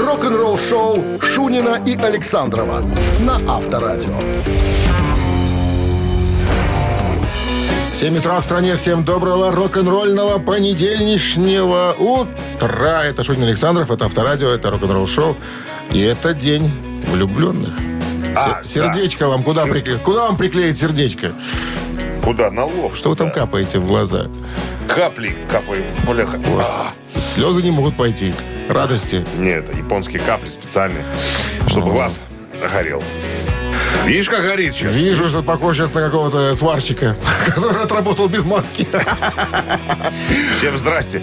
рок-н-ролл-шоу Шунина и Александрова на Авторадио. 7 утра в стране. Всем доброго рок-н-ролльного понедельничнего утра. Это Шунин Александров, это Авторадио, это рок-н-ролл шоу. И это день влюбленных. А, Се- сердечко вам куда Сер- приклеить? Куда вам приклеить сердечко? Куда? На лоб. Что вы там кап? капаете в глаза? Капли капают. Бляха. У вас слезы не могут пойти. Радости. А, Нет, это японские капли специальные, Ну чтобы глаз горел. Видишь, как горит сейчас? Вижу, что похож сейчас на какого-то сварщика, который отработал без маски. Всем здрасте.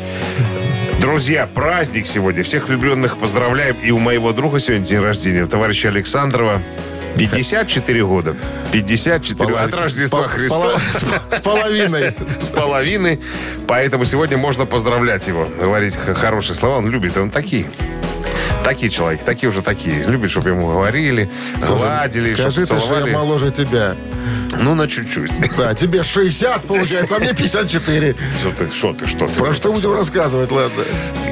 Друзья, праздник сегодня. Всех влюбленных поздравляем. И у моего друга сегодня день рождения, у товарища Александрова. 54 года. 54 Половин- от Рождества с пол- с Христа. полов- С половиной. С половиной. Поэтому сегодня можно поздравлять его. Говорить х- хорошие слова. Он любит. Он такие. Такие человек, такие уже такие. Любит, чтобы ему говорили, Скажи гладили, чтобы ты, что целовали. я моложе тебя. Ну, на чуть-чуть. Да, тебе 60 получается, а мне 54. Что ты, что ты, что ты? Про что будем рассказывать, ладно?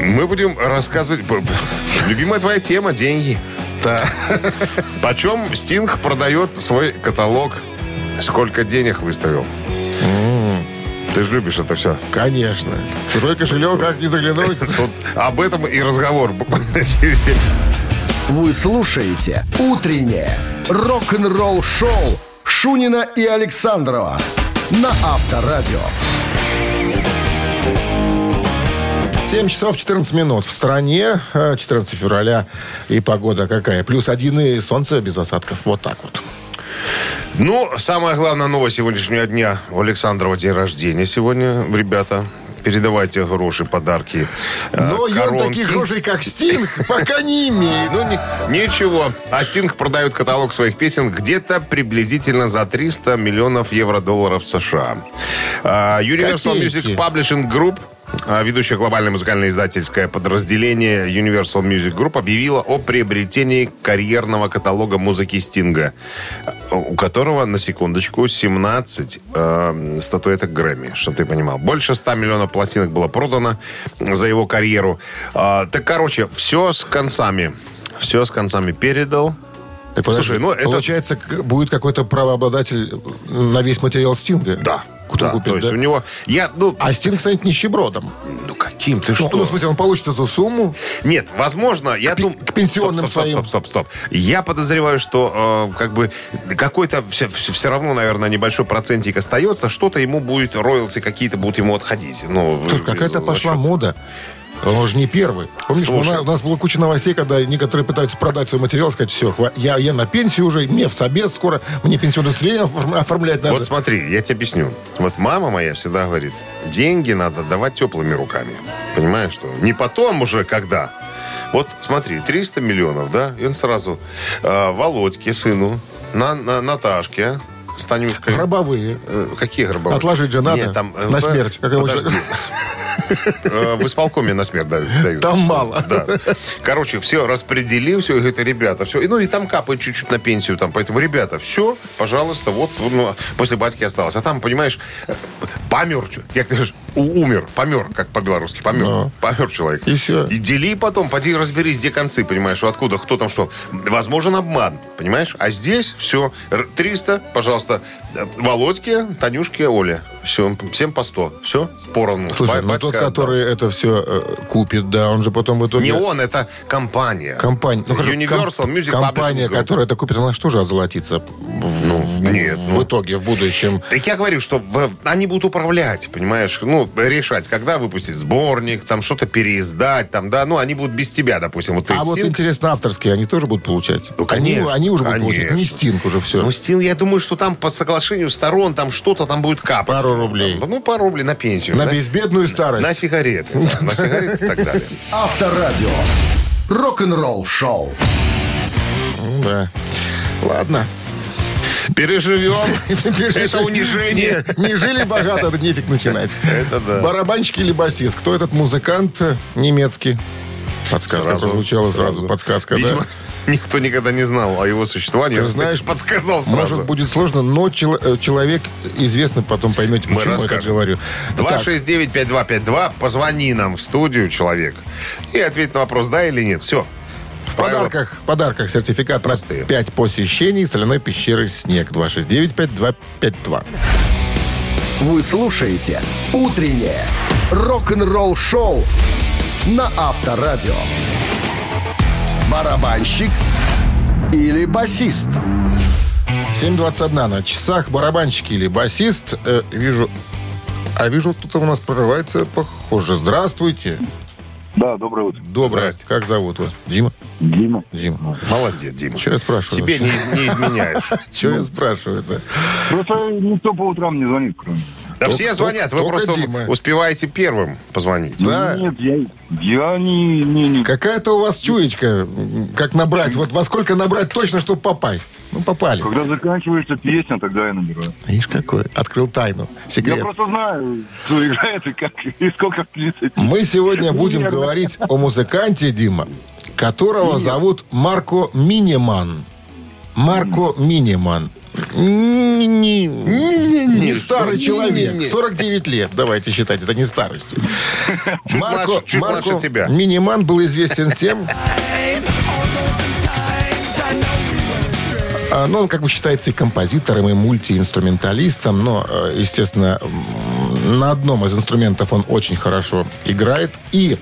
Мы будем рассказывать... б- б- Любимая твоя тема – деньги. Да. Почем Стинг продает свой каталог? Сколько денег выставил? Ты же любишь это все. Конечно. Чужой кошелек, как не заглянуть. Тут об этом и разговор буквально через семь. Вы слушаете «Утреннее рок-н-ролл-шоу» Шунина и Александрова на Авторадио. 7 часов 14 минут. В стране э, 14 февраля и погода какая. Плюс один и солнце без осадков. Вот так вот. Ну, самая главная новость сегодняшнего дня. У Александрова день рождения сегодня, ребята. Передавайте гроши, подарки, э, Но он коронки. таких рожей, как Стинг, пока не имеет. Ну, ни- ничего. А Стинг продает каталог своих песен где-то приблизительно за 300 миллионов евро-долларов США. А, Universal Копейки. Music Publishing Group а, Ведущее глобальное музыкально-издательское подразделение Universal Music Group объявило о приобретении карьерного каталога музыки Стинга, у которого, на секундочку, 17 э, статуэток Грэмми, чтобы ты понимал. Больше 100 миллионов пластинок было продано за его карьеру. А, так, короче, все с концами. Все с концами передал. Так подожди, Слушай, ну, это- Получается, к- будет какой-то правообладатель на весь материал Стинга? Да. Кто да, купит, то есть да? у него... Я, ну, А Стинг станет нищебродом. ну каким ты Ну, что? ну, в смысле, он получит эту сумму. Нет, возможно, я пи- думаю... к пенсионным стоп, стоп, своим. стоп, стоп, стоп, стоп. Я подозреваю, что э, как бы какой-то все, равно, наверное, небольшой процентик остается. Что-то ему будет, роялти какие-то будут ему отходить. Ну, Слушай, за- какая-то за пошла счет- мода. Он же не первый. Помнишь, у Слушай. нас, у нас была куча новостей, когда некоторые пытаются продать свой материал, сказать, все, я, я на пенсию уже, мне в собес скоро, мне пенсионное среднее оформ- оформлять надо. Вот смотри, я тебе объясню. Вот мама моя всегда говорит, деньги надо давать теплыми руками. Понимаешь, что? Не потом уже, когда. Вот смотри, 300 миллионов, да? И он сразу э, Володьке, сыну, на, на- Наташке, с Танюшкой. Гробовые. Э, Какие гробовые? Отложить же надо Нет, там, э, на по- смерть, как его подожди. Э, В исполкоме на смерть да- дают. Там мало. Да. Короче, все распределил, все, и говорит, ребята, все. И, ну, и там капает чуть-чуть на пенсию там. Поэтому, ребята, все, пожалуйста, вот ну, после батьки осталось. А там, понимаешь, э, помер. чё- Я говорю, у- умер, помер, как по-белорусски, помер. Помер человек. Ну. И всё. И дели потом, поди разберись, где концы, понимаешь, откуда, кто там что. Возможен обман, понимаешь? А здесь все, 300, пожалуйста, э, Володьке, Танюшке, Оле. Все, всем по 100. Все, поровну. Слушай, Ба- ну тот, батька отдал. который это все купит, да, он же потом в итоге... Не он, это компания. Компания, ну, хорошо, Universal ком- Music компания, Publishing Group. которая это купит, она что же озолотится в, в- нет, в ну. итоге, в будущем? Так я говорю, что в- они будут управлять, понимаешь, ну, решать, когда выпустить сборник, там что-то переиздать, там, да, ну, они будут без тебя, допустим, вот ты А вот Стинг. интересно, авторские они тоже будут получать? Ну, конечно, Они, они уже будут конечно. получать, не Стинг уже все. Ну, Стинг, я думаю, что там по соглашению сторон там что-то там будет капать. Пару рублей. Там, ну, пару рублей на пенсию. на да? безбедную старость. На сигареты, да, на сигареты и так далее. Авторадио. Рок-н-ролл шоу. Ну да. Ладно. Переживем. Это Пережи- унижение. Не, не жили богато, это нефиг начинать. Это да. Барабанщик или басист? Кто этот музыкант э, немецкий? Подсказка прозвучала сразу. Подсказка, Видимо, да? никто никогда не знал о его существовании. Ты знаешь, подсказал сразу. Может, будет сложно, но чел- э, человек известный, потом поймете, Мы почему я так расскажем. говорю. Так, 269-5252, позвони нам в студию, человек, и ответь на вопрос, да или нет. Все. В подарках, в подарках сертификат Простые. на 5 посещений соляной пещеры «Снег» 269-5252. Вы слушаете «Утреннее рок-н-ролл-шоу» на Авторадио. Барабанщик или басист? 7.21 на часах. Барабанщик или басист. Э, вижу... А вижу, кто-то у нас прорывается. Похоже. Здравствуйте. Да, доброе утро. Доброе. Здрасте. Как зовут вас? Дима? Дима. Дима. Молодец, Дима. Чего я спрашиваю? Тебе не, не изменяешь. Чего я спрашиваю-то? Просто никто по утрам не звонит, кроме. Да Только- все звонят, вы только просто Дима. успеваете первым позвонить. Да. Нет, я, я не, не, не. Какая-то у вас чуечка, м, как набрать, вот во сколько набрать точно, чтобы попасть. Ну, попали. Когда заканчивается песня, тогда я набираю. Видишь, какой? Открыл тайну. Я Секрет. просто знаю, кто играет и как и сколько длится. Мы сегодня будем Примерно. говорить о музыканте, Дима, которого зовут Марко Миниман. Марко Миниман. Не, не- не старый человек. 49 лет. Давайте считать, это не старостью. младше- чуть младше тебя. Миниман был известен тем... А, Ну, он как бы считается и композитором, и мультиинструменталистом, но, э, естественно, м, на одном из инструментов он очень хорошо играет. И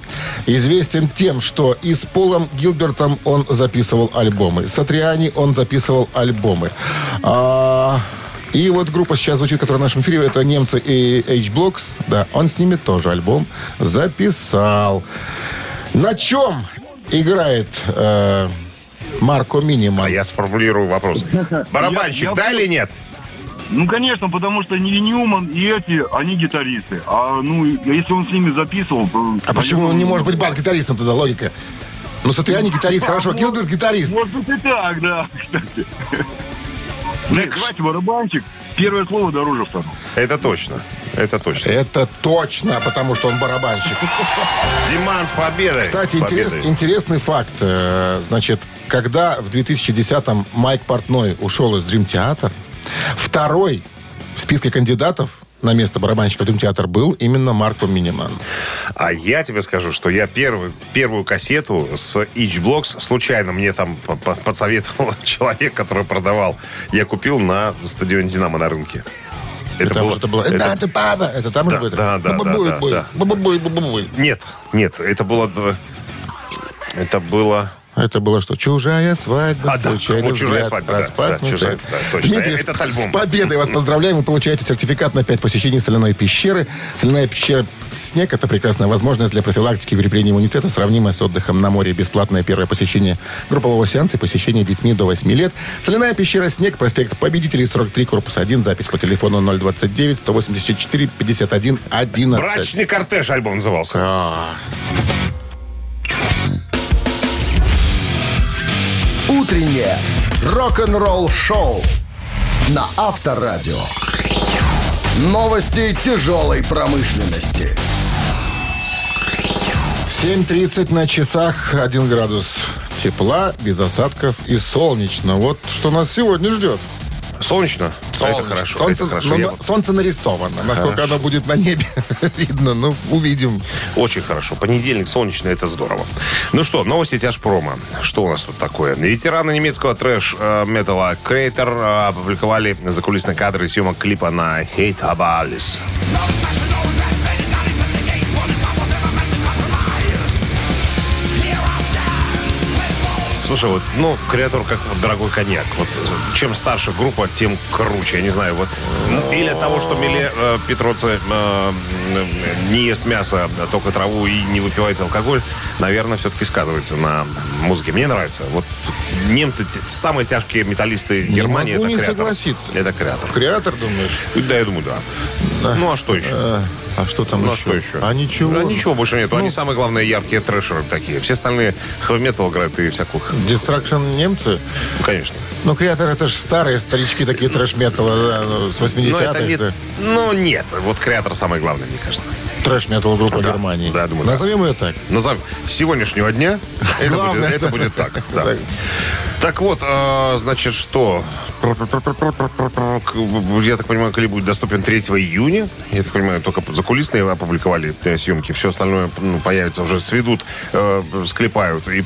известен тем, что и с Полом Гилбертом он записывал альбомы, с Атриани он записывал альбомы. А, и вот группа сейчас звучит, которая в нашем эфире, это немцы и H-Blocks. Да, он с ними тоже альбом записал. На чем играет э, Марко Миниман? А я сформулирую вопрос. Барабанщик, Я- я да был- или нет? Ну, конечно, потому что и Ньюман, и эти, они гитаристы. А, ну, если он с ними записывал... то, А почему он не может быть бас-гитаристом тогда? Логика. Ну, Сатриани гитарист, хорошо. Гилберт гитарист. Может быть и так, да, кстати. Назвать барабанщик, первое слово дороже второго. Это точно. Это точно. Это точно, потому что он барабанщик. Диман с победой. Кстати, С интерес- победой. интересный факт. Э, Значит, когда в 2010-м Майк Портной ушел из Dream Theater, второй в списке кандидатов на место барабанщика в Dream Theater был именно Марко Миниман. А я тебе скажу, что я первую, первую кассету с Each Blocks случайно мне там по- по- подсоветовал человек, который продавал. Я купил на стадионе «Динамо» на рынке. Это, там было... же это было... это- Да, это баба! Это там же Да, было? это? да, да, да, Бабабуй, да, буй, да. бабабуй, бабабуй. Нет, нет, это было... дв- Это было... Это было что? Чужая свадьба. А, да. случайный Вот «Чужая взгляд», свадьба», да, «Распахнутая». да, «Чужая», да, точно. Дмитрий, Этот с- альбом. с победой вас поздравляем. Вы получаете сертификат на 5 посещений соляной пещеры. Соляная пещера «Снег» — это прекрасная возможность для профилактики укрепления иммунитета, сравнимая с отдыхом на море. Бесплатное первое посещение группового сеанса и посещение детьми до 8 лет. Соляная пещера «Снег», проспект Победителей, 43, корпус 1, запись по телефону 029-184-51-11. «Брачный кортеж» альбом назывался. А, «Утреннее рок-н-ролл-шоу» на Авторадио. Новости тяжелой промышленности. 7.30 на часах, 1 градус тепла, без осадков и солнечно. Вот что нас сегодня ждет. Солнечно? А Это хорошо. Солнце, это хорошо. ну, Я на- солнце нарисовано. Насколько оно будет на небе, видно. Ну, увидим. Очень хорошо. Понедельник солнечный, это здорово. Ну что, новости тяжпрома. Что у нас тут такое? Ветераны немецкого трэш-металла Крейтер э, опубликовали закулисные кадры съемок клипа на Hate Abalis. Слушай, вот, ну, креатор как вот дорогой коньяк. Вот э, чем старше группа, тем круче. Я не знаю, вот. ну, Или от того, что Миле э, Петроце э, м, не ест мясо, а только траву и не выпивает алкоголь, наверное, все-таки сказывается на музыке. Мне нравится. Вот немцы те- самые тяжкие металлисты Германии. могу это не креатор. согласиться. Это креатор. Креатор, думаешь? Да, я думаю, да. Ну, а что еще? Э, А что там Ну, а еще? что еще? А ничего. Ну. А ничего больше нету. Они самые главные яркие трэшеры такие. Все остальные хэви-метал играют и всякую... х- Дистракшн немцы? Ну, конечно. Ну, креатор это же старые старички такие трэш-металла да, ну, с Но это 80-х. не... да. Ну, нет. Вот креатор самый главный, мне кажется. Трэш-метал группа Да, Германии. да, думаю, да. Назовем ее так. Назовем с сегодняшнего дня это, будет, Главное, это да. будет так. да. Так. Так вот, э, значит, что К- Я так понимаю, клип будет доступен 3 июня. Я так понимаю, только закулисные опубликовали э, съемки. Все остальное ну, появится уже, сведут, э, склепают. И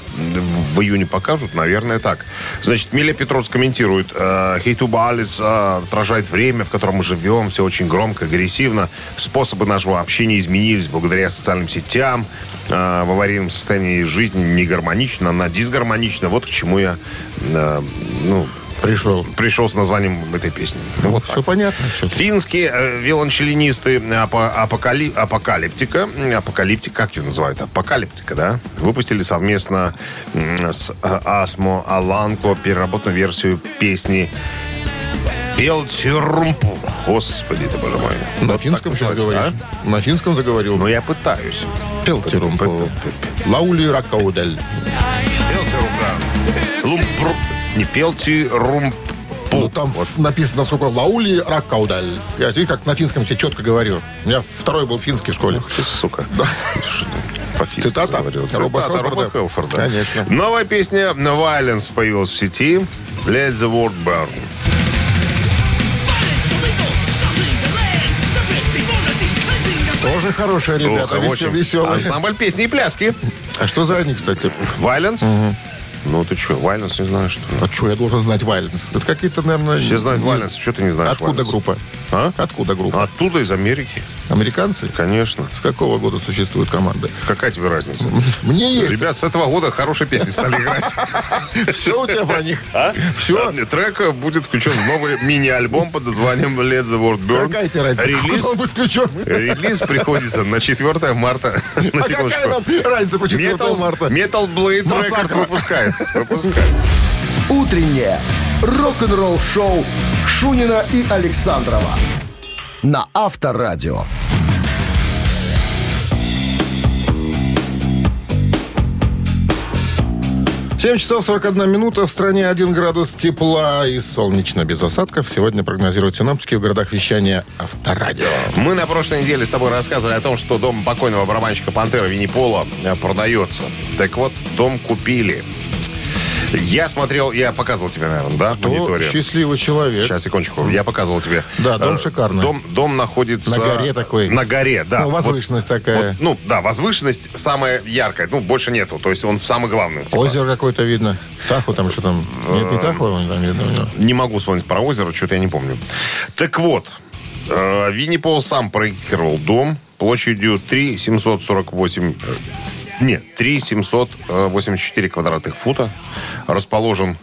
в июне покажут, наверное, так. Значит, Миля Петров комментирует. э, «Хейтуба Алис э, отражает время, в котором мы живем. Все очень громко, агрессивно. Способы нашего общения изменились благодаря социальным сетям. Э, в аварийном состоянии жизни не гармонична, она дисгармонична. Вот к чему я э, ну, Пришел. пришел с названием этой песни. Ну, Вот все так. понятно. Всё. Финские э, виолончелинисты апо- апокали- Апокалиптика, Апокалиптика, как ее называют? Апокалиптика, да? Выпустили совместно м, с э, Асмо Аланко переработанную версию песни Пелтюрмпу. Господи ты, боже мой. Вот На так финском сейчас называется, говоришь? На финском а? заговорил. Ну, я пытаюсь. Пелтерум. Лаули ракаудель. Пелтюрмпу. Лумпру. Не Пелтюрмпу. Ну, там ф- написано, сколько лаули ракаудель. Я видишь, как на финском все четко говорю. У меня второй был финский в школе. Ты, сука. ну, По-фински Цитата? заговорил. Роба Цитата Хелфорда. Роба Хелфорда. Конечно. Новая песня «Violence» появилась в сети. Let the world burn. Тоже хорошие ребята, Ох, в общем, веселые. Ансамбль песни и пляски. А что за они, кстати? «Violence»? Ну ты что, «Violence» не знаешь, что ли? А что, я должен знать Вайленс? Это какие-то, наверное... Все знают не- «Violence», что ты не знаешь Откуда «Violence»? группа? А? Откуда группа? Оттуда, из Америки, Американцы? конечно. С какого года существуют команды? Какая тебе разница? Мне есть. Ребят, с этого года хорошие песни стали играть. Все у тебя про них. Все. Трек э, будет включен в новый мини-альбом под названием Let the World Burn. Какая тебе разница? Релиз Куда он будет А включен? Релиз приходится на 4 марта. На А какая секундочку. нам разница по 4 Metal, марта? Metal Blade Массакра. Records выпускает. Выпускает. Утреннее рок-н-ролл-шоу Шунина и Александрова на Авторадио. 7 часов 41 минута. В стране 1 градус тепла и солнечно без осадков. Сегодня прогнозируют синоптики в городах вещания авторадио. Мы на прошлой неделе с тобой рассказывали о том, что дом покойного барабанщика Пантера Винни-Пола э, продается. Так вот, дом купили. Я смотрел, я показывал тебе, наверное, да, в О, мониторе. счастливый человек. Сейчас, секундочку, я показывал тебе. Да, дом Э, шикарный. Дом, дом находится... На горе такой. На горе, да. Ну, А, Вот- возвышенность такая. вот, ну, да, возвышенность самая яркая. Ну, больше нету. То есть он самый главный. типа. Э, Озеро какое-то видно. Таху там что там. Нет, не Таху вон там видно у него. Не могу вспомнить про озеро, что-то я не помню. Так вот, э, Винни Пол сам проектировал дом площадью 3 748... э, Нет, 3 784 квадратных фута. Расположен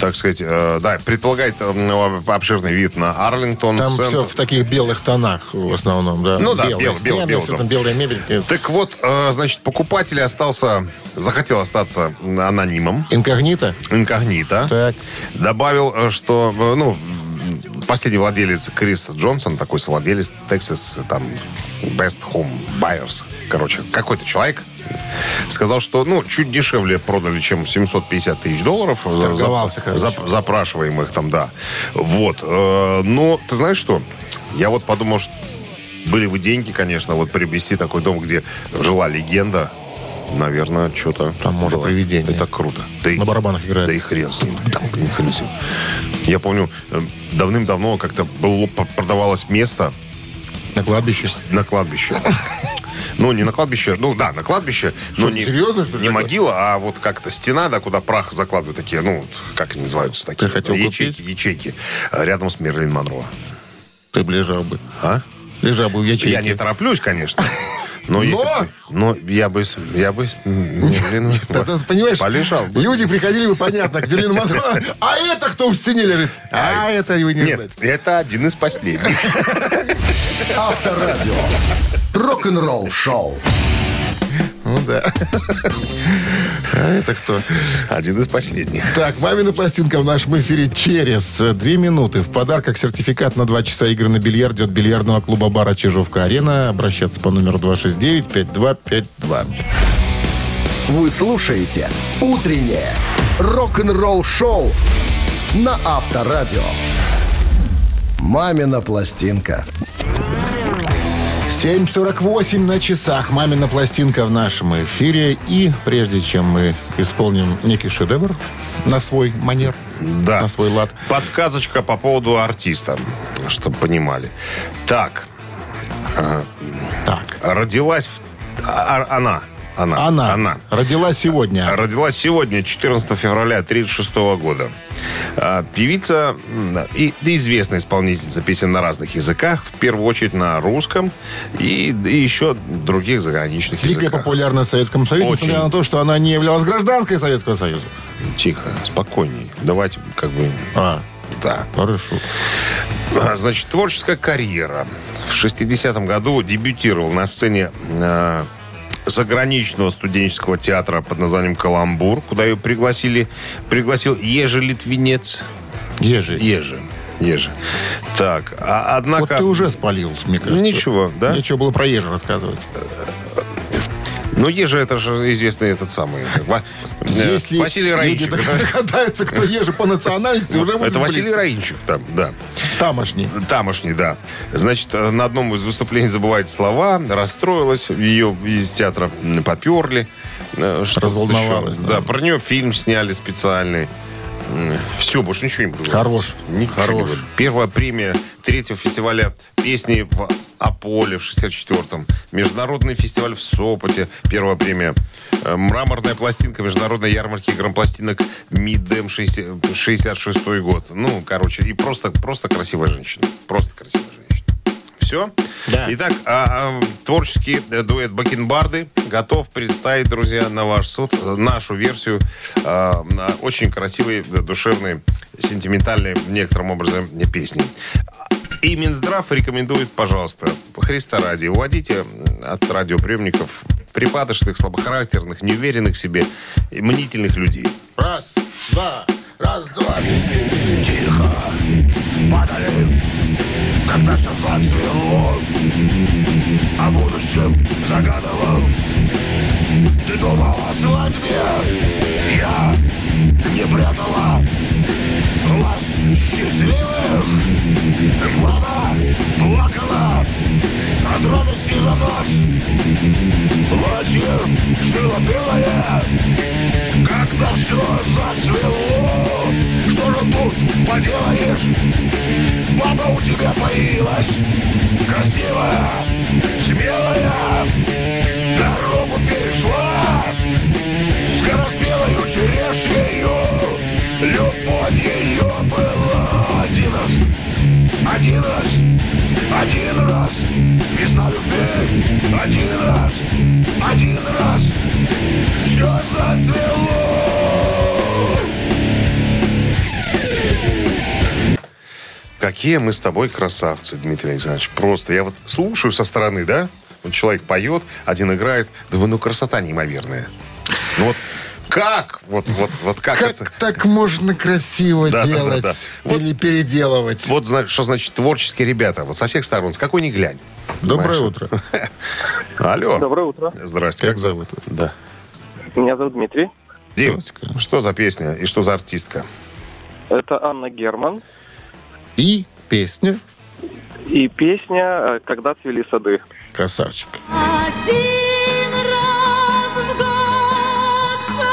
так сказать, э, да, предполагает э, ну, обширный вид на Арлингтон. Там центр. все в таких белых тонах в основном, да? Ну да, белые белый, белый, стены, белый всё дом. там белая мебель. э, Так вот, э, значит, покупатель остался, захотел остаться анонимом. Инкогнито? инкогнито. Так. Добавил, э, что, э, ну, последний владелец Крис Джонсон, такой совладелец Texas, э, там, Best Home Buyers, короче, какой-то человек, сказал, что, ну, чуть дешевле продали, чем 750 тысяч долларов. за- за- Сторговался, короче. за- запрашиваемых там, да. Вот. э, Но, ты знаешь что? Я вот подумал, что были бы деньги, конечно, вот приобрести такой дом, где жила легенда, наверное, что-то... Там, может, привидение. Это круто. Да и- На барабанах играет. Да и хрен с ним. Там ни хрен с ним. Я помню, э, давным-давно как-то было, продавалось место На кладбище. на кладбище. Ну, не на кладбище, ну да, на кладбище. но Что, не, серьезно, что ли, Не такое? могила, а вот как-то стена, да, куда прах закладывают такие, ну, вот как они называются такие. Ты хотел ячейки, купить? ячейки. э, Рядом с Мерлин Монро. Ты бы лежал бы. А? Лежал бы в ячейке. Я не тороплюсь, конечно. Но, Но! если бы- но я бы, с- я бы, с- м, Мерлин Да, Монро да, понимаешь, полежал бы. люди приходили бы, понятно, к Берлину Монро, а это кто у стены лежит? А это его не Нет, знаете. это один из последних. Авторадио. Рок-н-ролл-шоу. Ну да. А это кто? Один из последних. Так, «Мамина пластинка» в нашем эфире через э, две минуты. В подарках сертификат на два часа игры на бильярде от бильярдного клуба-бара «Чижовка-арена». Обращаться по номеру 269-5252. Вы слушаете «Утреннее рок-н-ролл-шоу» на Авторадио. «Мамина пластинка». 7.48 на часах. Мамина пластинка в нашем эфире. И прежде чем мы исполним некий шедевр на свой манер, Да. на свой лад, Подсказочка по поводу артиста, чтобы понимали. Так, так. родилась в- а- а- она. Она. Она, Она. родилась сегодня. Родилась сегодня, 14 февраля 1936 года. А, Певица м, да, и да, известная исполнительница песен на разных языках, в первую очередь на русском и, и еще других заграничных Дико языках. популярна в Советском Союзе, Очень. несмотря на то, что она не являлась гражданкой Советского Союза. Тихо, спокойней. Давайте как бы... А, Да. хорошо. А, Значит, творческая карьера. В 60-м году дебютировал на сцене э, заграничного студенческого театра под названием «Каламбур», куда ее пригласили, пригласил Ежи Литвинец. Ежи. Ежи. Ежи. Так, а, Вот однако... ты уже спалил, мне кажется. Ничего, да? Нечего было про ежи рассказывать. Ну, Ежи, это же известный этот самый... как бы, э, Если Василий люди Раинчик. это- догадаются, кто ежи по национальности, уже будет Это Василий близко. Раинчик там, да. Тамошний. Тамошний, да. Значит, э, на одном из выступлений забывает слова, расстроилась, ее из театра м, поперли. э, что-то Разволновалась, еще. да. Да. про нее фильм сняли специальный. Все, больше ничего не буду говорить. Хорош. Ничего не Хорош. буду. Первая премия третьего фестиваля песни в Аполе в 64-м. Международный фестиваль в Сопоте. Первая премия. Э, Мраморная пластинка международной ярмарки грампластинок МИДЭМ 60 66 год. Ну, короче, и просто, просто красивая женщина. Просто красивая женщина. Все? Да. Итак, а, а, творческий э, дуэт Бакенбарды готов представить, друзья, на ваш суд э, нашу версию а, на очень красивой, э, душевной, сентиментальной в некотором образом э, песни. И Минздрав рекомендует, пожалуйста, Христа ради, уводите м, от радиоприемников припадочных, слабохарактерных, неуверенных в себе, и мнительных людей. Раз, два, раз, два. Тихо падали, когда все зацвело О будущем загадывал Ты думал о свадьбе Я не прятала Глаз счастливых Мама плакала От радости за нас Платье шило белое когда все зацвело Что же тут поделаешь? Баба у тебя появилась Красивая, смелая Дорогу перешла Скороспелою черешнею Любовь ее была Один раз, один раз, один раз Весна любви Один раз, один раз все зацвело. Какие мы с тобой красавцы, Дмитрий Александрович. Просто я вот слушаю со стороны, да? Вот человек поет, один играет. Думаю, ну красота неимоверная. Ну вот как? Вот, вот, вот как, Как это? так можно красиво Да, да, да, делать да. Вот- или переделывать? Вот зна- что значит творческие ребята, вот со всех сторон, с какой ни глянь. Доброе утро. Алло. Доброе утро. Здрасте. Как зовут? Да. Меня зовут Дмитрий. Дим, что за песня и что за артистка? Это Анна Герман. И песня. И песня э, «Когда цвели сады». Красавчик. Один раз в год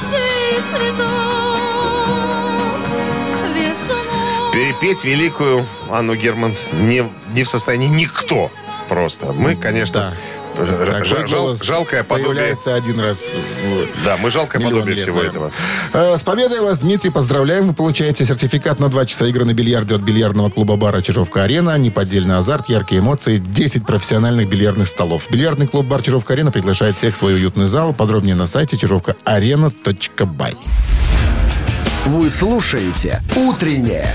сады цветут весной. Перепеть великую Анну Герман не, не в состоянии никто просто. Мы, конечно, Такой ж- жал- голос жалкое подобие. Появляется один раз. в Да, мы жалкое миллион подобие лет, всего наверное. этого. Э, С победой вас, Дмитрий, поздравляем. Вы получаете сертификат на 2 часа игры на бильярде от бильярдного клуба-бара «Чижовка-арена». Неподдельный азарт, яркие эмоции, 10 профессиональных бильярдных столов. Бильярдный клуб-бар «Чижовка-арена» приглашает всех в свой уютный зал. Подробнее на сайте чижовкаарена.бай. Вы слушаете «Утреннее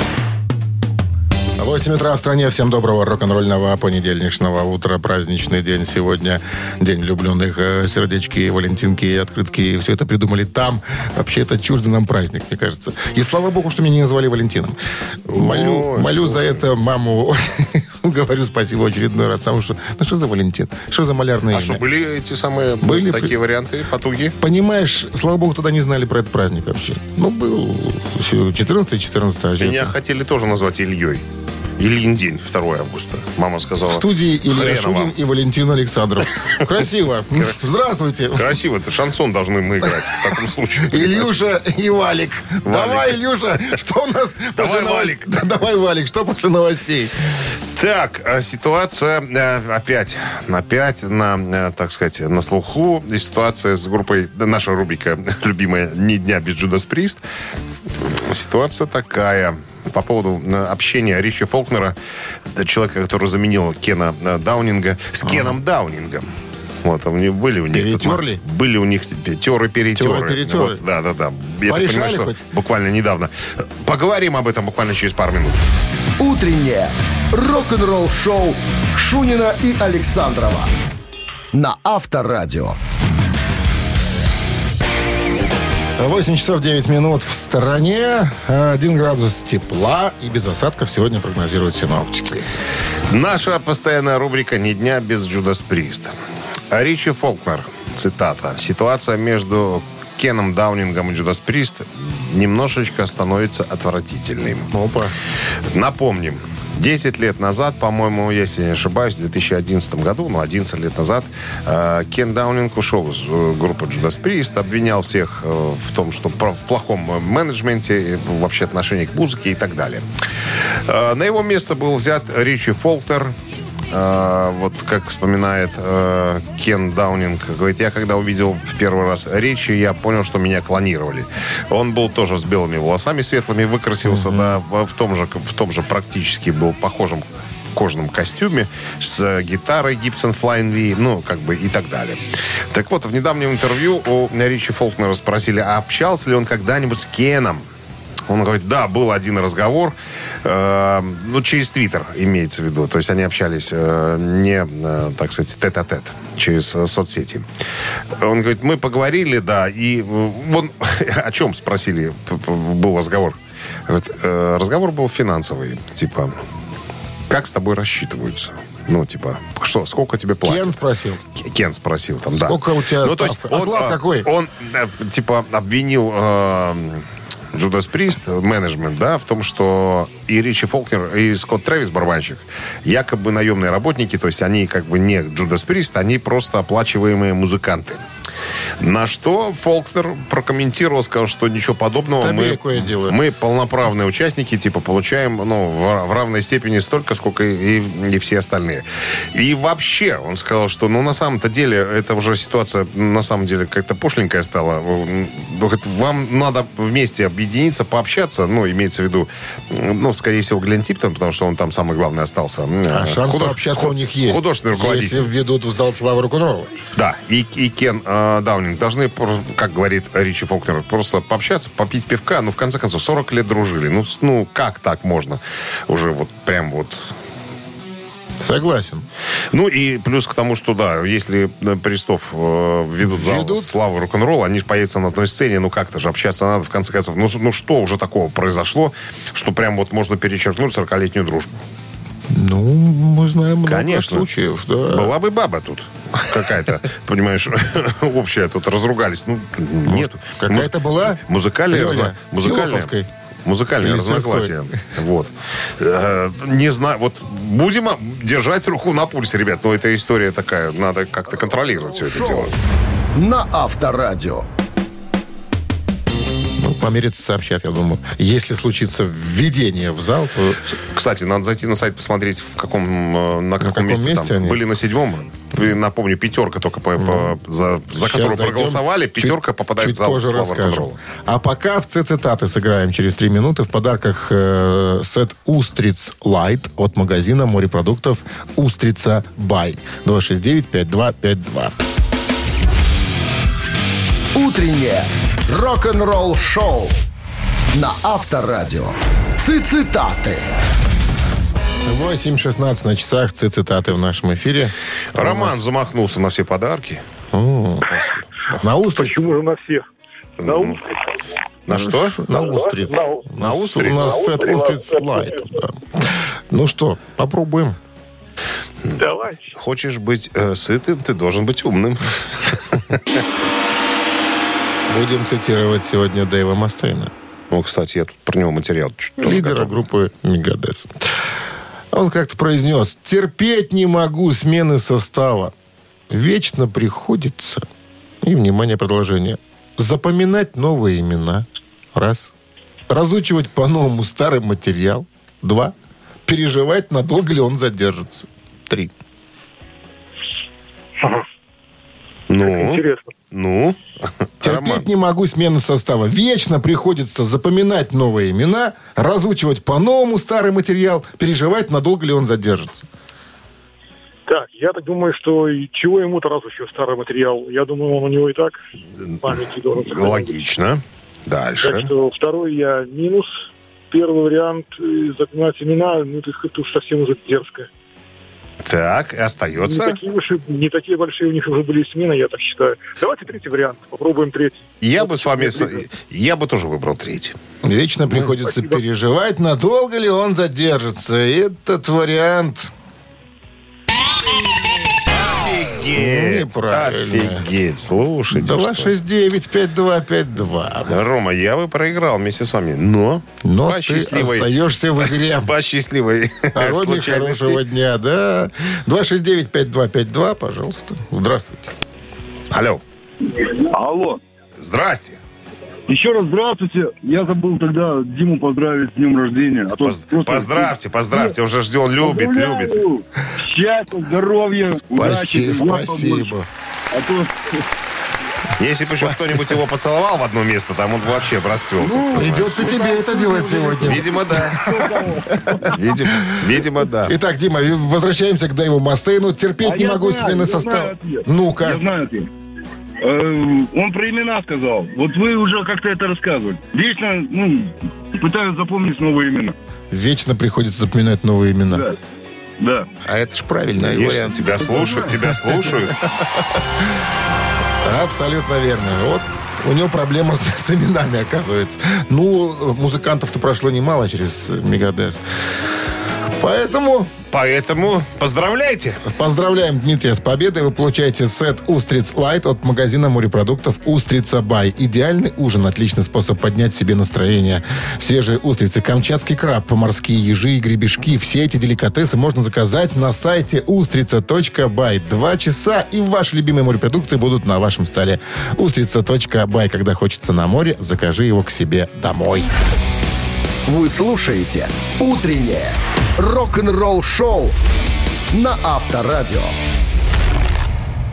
8 утра в стране. Всем доброго рок-н-ролльного понедельничного утра. Праздничный день сегодня. День влюбленных. э, Сердечки, валентинки, открытки. Все это придумали там. Вообще это чуждый нам праздник, мне кажется. И слава богу, что меня не назвали Валентином. Молю, молю за это маму. Говорю спасибо в очередной раз, потому что... Ну что за Валентин? Что за малярное А имя? что, были эти самые Были такие при- варианты, потуги? Понимаешь, слава богу, тогда не знали про этот праздник вообще. Ну, был 14-14. а что Меня это? хотели тоже назвать Ильей. Ильин день, 2 августа. Мама сказала. В студии Илья «Хрен Шунин вам». и Валентин Александров. Красиво. Здравствуйте. Красиво, это шансон должны мы играть в таком случае. Ильюша и Валик. Давай, Илюша, что у нас после Давай, новос- Валик. Да, Давай, Валик, что после новостей? Так, э, ситуация э, опять, опять на, э, так сказать, на слуху. И ситуация с группой, да, наша рубрика любимая «Ни дня без Джудас Прист». Ситуация такая. По поводу э, общения Ричи Фолкнера, э, человека, который заменил Кена э, Даунинга, с Кеном Даунингом. Вот, у них были у них... тут ма- Перетерли? Были у них теры-перетеры. Теры-перетеры. Вот, да, да, да. Я так Порешали понимаю, что хоть? буквально недавно. Э, Поговорим об этом буквально через пару минут. Утреннее рок-н-ролл-шоу Шунина и Александрова на Авторадио. 8 часов 9 минут в стороне. 1 градус тепла и без осадков сегодня прогнозируют синоптики. Наша постоянная рубрика «Ни дня без Джудас Прист». Ричи Фолкнер, цитата. «Ситуация между Кеном Даунингом и Джудас Прист немножечко становится отвратительной». Опа. Напомним, 10 лет назад, по-моему, если я не ошибаюсь, в 2011 году, ну, 11 лет назад, э, Кен Даунинг ушел из э, группы Judas Priest, обвинял всех э, в том, что про- в плохом э, менеджменте, э, вообще отношении к музыке и так далее. Э, На его место был взят Ричи Фолтер, а, вот как вспоминает э, Кен Даунинг, говорит, я когда увидел в первый раз речи, я понял, что меня клонировали. Он был тоже с белыми волосами светлыми, выкрасился да, в в том же, в том же практически был похожим кожаном костюме с э, гитарой Gibson Flying V, ну, как бы и так далее. Так вот, в недавнем интервью у Ричи Фолкнера спросили, а общался ли он когда-нибудь с Кеном? Он говорит, да, был один разговор, э, ну, через Твиттер имеется в виду. То есть они общались э, не, э, так сказать, тет-а-тет, через э, соцсети. Он говорит, мы поговорили, да, и э, он, о чем спросили, п- п- был разговор. Говорит, «Э, разговор был финансовый, типа, как с тобой рассчитываются? Ну, типа, что, сколько тебе платят? Кен спросил. К- Кен спросил там, да. Сколько у тебя Ну, то есть ставка? он, Оклад э, какой? Он, э, типа, обвинил э, Джудас Прист, э, менеджмент, да, в том, что и Ричи Фолкнер, и Скотт Трэвис, барабанщик, якобы наемные работники, то есть они как бы не Джудас Прист, они просто оплачиваемые музыканты. На что Фолкнер прокомментировал, сказал, что ничего подобного. Да мы, великое дело. мы полноправные участники, типа, получаем ну, в, в равной степени столько, сколько и, и все остальные. И вообще, он сказал, что ну, на самом-то деле, это уже ситуация, на самом деле, как-то пошленькая стала. М, говорит, Вам надо вместе объединиться, пообщаться, ну, имеется в виду, м, ну, скорее всего, Глен Типтон, потому что он там самый главный остался. М, А шанс худож- пообщаться у ху- них есть. Художественный руководитель. Если введут в зал славы рок-н-ролла. Да, и, и Кен э, Даунинг должны, пор- как говорит Ричи Фолкнер, просто пообщаться, попить пивка. Ну, в конце концов, 40 лет дружили. Ну, с- ну как так можно? Уже вот прям вот... Согласен. Ну, и плюс к тому, что, да, если э, Пристов э, введут зал Введут. славы рок-н-ролла, они же появятся на одной сцене, ну как-то же общаться надо, в конце концов. Ну, с- ну что уже такого произошло, что прям вот можно перечеркнуть 40-летнюю дружбу? Ну, мы знаем много Конечно. случаев. Да. Была бы баба тут какая-то, понимаешь, общая тут разругались. Ну, нет. какая-то была? Музыкальная, Лёля, разно- музыкальная, Филатовской? музыкальное Или разногласие. Вот. Э, Не знаю, вот будем а, держать руку на пульсе, ребят. Но эта история такая, надо как-то контролировать все это дело. На Авторадио. Ну, помериться сообщат, я думаю. Если случится введение в зал, то Кстати, надо зайти на сайт посмотреть, в каком, э, на каком, каком месте, месте там. они? Были на седьмом. И, Напомню, пятерка только по- по- за, за Сейчас которую зайдем. проголосовали, Чуть- пятерка попадает чуть в зал позже славы расскажем. рок-н-ролла. А пока в цитаты сыграем через три минуты. В подарках э, сет «Устриц Лайт» от магазина морепродуктов «Устрица Бай». 269-5252. Утреннее рок-н-ролл-шоу на Авторадио. Цитаты. 8.16 на часах, цитаты в нашем эфире. Роман замахнулся на все подарки. На устриц. Почему же на всех? На Ну, устриц. На что? На устриц. На у- На на устриц. устриц. У нас сет устриц лайт. да. Ну что, попробуем. Давай. Хочешь быть э, сытым, ты должен быть умным. Будем цитировать сегодня Дэйва Мастейна, Ну, кстати, я тут про него материал чуть тоже лидера готов. группы Мегадес. Он как-то произнес, терпеть не могу смены состава. Вечно приходится, и, внимание, продолжение, запоминать новые имена, раз, разучивать по-новому старый материал, два, переживать, надолго ли он задержится, три. Ну, Интересно. ну, Терпеть Роман. не могу смены состава. Вечно приходится запоминать новые имена, разучивать по-новому старый материал, переживать, надолго ли он задержится. Так, я так думаю, что и чего ему-то раз еще старый материал. Я думаю, он у него и так в памяти должен сохранен быть. Логично. Так Дальше. что второй я минус. Первый вариант э, запоминать имена, ну, это, это уж совсем уже дерзко. Так, и Не остается. такие, уж, и- не такие большие у них уже были смены, я так считаю. Давайте третий вариант. Попробуем третий. Я бы с вами... с- Я бы тоже выбрал третий. Вечно приходится переживать, надолго ли он задержится. Этот вариант... Офигеть. Неправильно. Офигеть. Слушайте. что- 269-5252. Рома, я бы проиграл вместе с вами, но... Но по ты счастливой... остаешься в игре. По счастливой Народный случайности. хорошего дня, да. 269-5252, пожалуйста. Здравствуйте. Алло. Алло. Здрасте. Еще раз здравствуйте. Я забыл тогда Диму поздравить с днем рождения. А то Поз- просто- Поздравьте, поздравьте. Уже ждет, любит, Поздравляю! любит. Счастья, здоровья, удачи. Спасибо. желаю побольше. спасибо. А то Если бы еще кто-нибудь его поцеловал в одно место, там он бы вообще расцвел. Ну, Придется тебе это делать сегодня. Видимо, да. Видимо, видимо, да. Итак, Дима, возвращаемся к Дэйву Мастейну. Терпеть А не я могу знаю, смены я состава. знаю ответ. я Ну-ка. знаю это. Он про имена сказал. Вот вы уже как-то это рассказывали. Вечно, ну, пытаюсь запомнить новые имена. Вечно приходится запоминать новые имена. Да. Да. А это ж правильно. Если вариант. тебя слушают, тебя слушают. Абсолютно верно. Вот у него проблема с, с именами, оказывается. Ну, музыкантов-то прошло немало через э, Мегадес. Поэтому Поэтому поздравляйте. поздравляем Дмитрия с победой. Вы получаете сет «Устриц Лайт» от магазина морепродуктов «Устрица Бай». Идеальный ужин, отличный способ поднять себе настроение. Свежие устрицы, камчатский краб, морские ежи и гребешки. Все эти деликатесы можно заказать на сайте устрица.бай. Два часа, и ваши любимые морепродукты будут на вашем столе. Устрица.бай. Когда хочется на море, закажи его к себе домой. Вы слушаете «Утреннее рок-н-ролл-шоу» на Авторадио.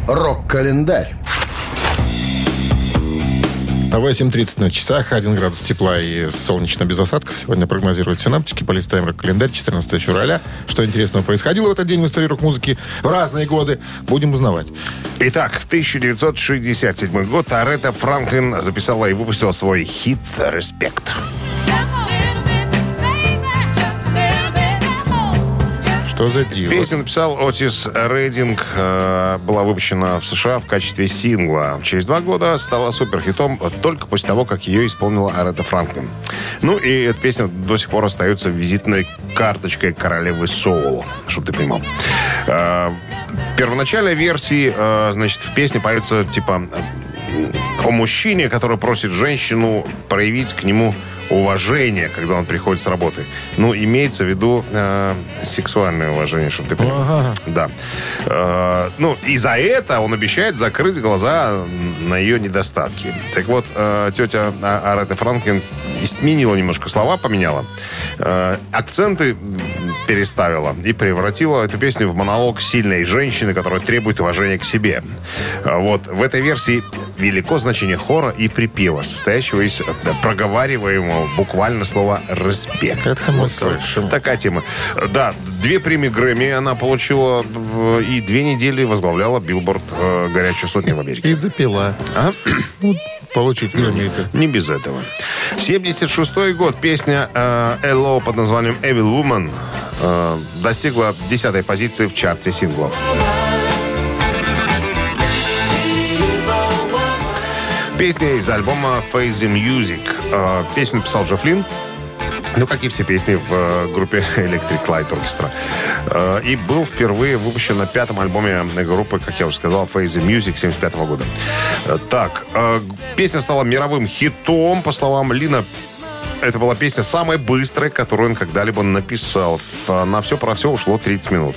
Рок-календарь. 8.30 на часах, 1 градус тепла и солнечно без осадков. Сегодня прогнозируют синаптики. Полистаем рок-календарь 14 февраля. Что интересного происходило в этот день в истории рок-музыки в разные годы, будем узнавать. Итак, в 1967 год Аретта Франклин записала и выпустила свой хит «Респект». Что за диво? Песню написал Отис Рейдинг, э, была выпущена в США в качестве сингла. Через два года стала суперхитом э, только после того, как ее исполнила Аретта Франклин. Ну и эта песня до сих пор остается визитной карточкой королевы Соул, чтобы ты понимал. Э, в первоначальной версии, э, значит, в песне поется типа э, о мужчине, который просит женщину проявить к нему уважение, когда он приходит с работы. Ну, имеется в виду э, сексуальное уважение, чтобы ты понимал. Да. Э, ну, и за это он обещает закрыть глаза на ее недостатки. Так вот, э, тетя А- Арета Франклин изменила немножко слова, поменяла. Э, акценты переставила и превратила эту песню в монолог сильной женщины, которая требует уважения к себе. Э, Вот. В этой версии велико значение хора и припева, состоящего из э, проговариваемого буквально слова «респект». э, Это мы слышим. Такая тема. Да, две премии Грэмми она получила э, и две недели возглавляла билборд э, «Горячую сотню» в Америке. И запила. А? Ну, получить грамоты. Не без этого. 76 год. Песня э, Элло под названием «Evil Woman» э, достигла десятой позиции в чарте синглов. Песня из альбома Phase Music. Э, Песню писал Джо Флинн. Ну, как и все песни в э, группе Electric Light Orchestra. Э, И был впервые выпущен на пятом альбоме группы, как я уже сказал, Phase Music 75 года. Э, Так, э, песня стала мировым хитом, по словам Лина это была песня самая быстрая, которую он когда-либо написал. Ф- На все про все ушло 30 минут.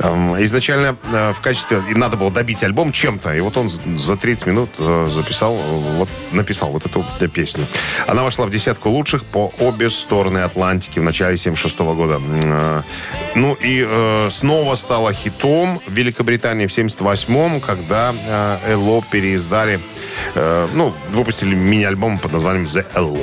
Эм, Изначально э, в качестве... И надо было добить альбом чем-то. И вот он з- за 30 минут э, записал, э, вот, написал вот эту э, песню. Она вошла в десятку лучших по обе стороны Атлантики в начале 76 года. М, э, Ну и э, снова стала хитом в Великобритании в 78-м, когда э, Элло переиздали... э, Ну, выпустили мини-альбом под названием «The Элло».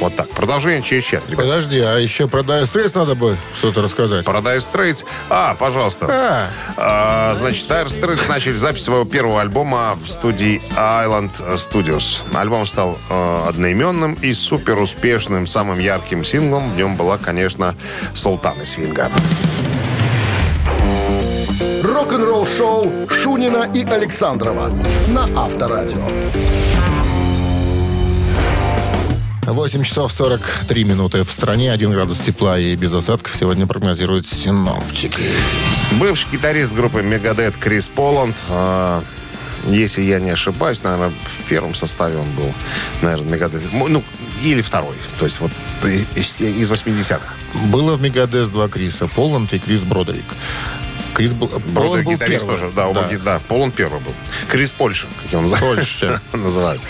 Вот так. Продолжение через час, ребята. Подожди, а еще про Dire Straits надо бы что-то рассказать. Paradise Straits. А, пожалуйста. А, А, значит, Dire Straits начали запись своего первого альбома в студии Island Studios. Альбом стал э, одноименным и супер успешным. Самым ярким синглом в нем была, конечно, Султан из Свинга. Рок-н-ролл-шоу Шунина и Александрова на Авторадио. 8 часов 43 минуты в стране, 1 градус тепла и без осадков сегодня прогнозируют синоптики. Бывший гитарист группы Мегадет Крис Поланд. э, если я не ошибаюсь, наверное, в первом составе он был, наверное, Мегадет. Ну, или второй. То есть вот и- из, из 80-х. Было в Мегадес два Криса, Поланд и Крис Бродерик. Крис был, Бродер Поланд был гитарист первый. тоже. Да, оба ги- да, Полон первый был. Крис Польша, как его называют. Польша. называют.